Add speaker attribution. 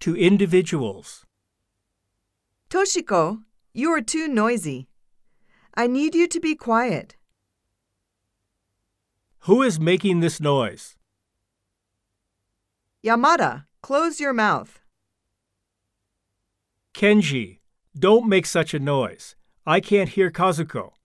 Speaker 1: to individuals.
Speaker 2: Toshiko, you are too noisy. I need you to be quiet.
Speaker 1: Who is making this noise?
Speaker 2: Yamada, close your mouth.
Speaker 1: Kenji, don't make such a noise. I can't hear Kazuko.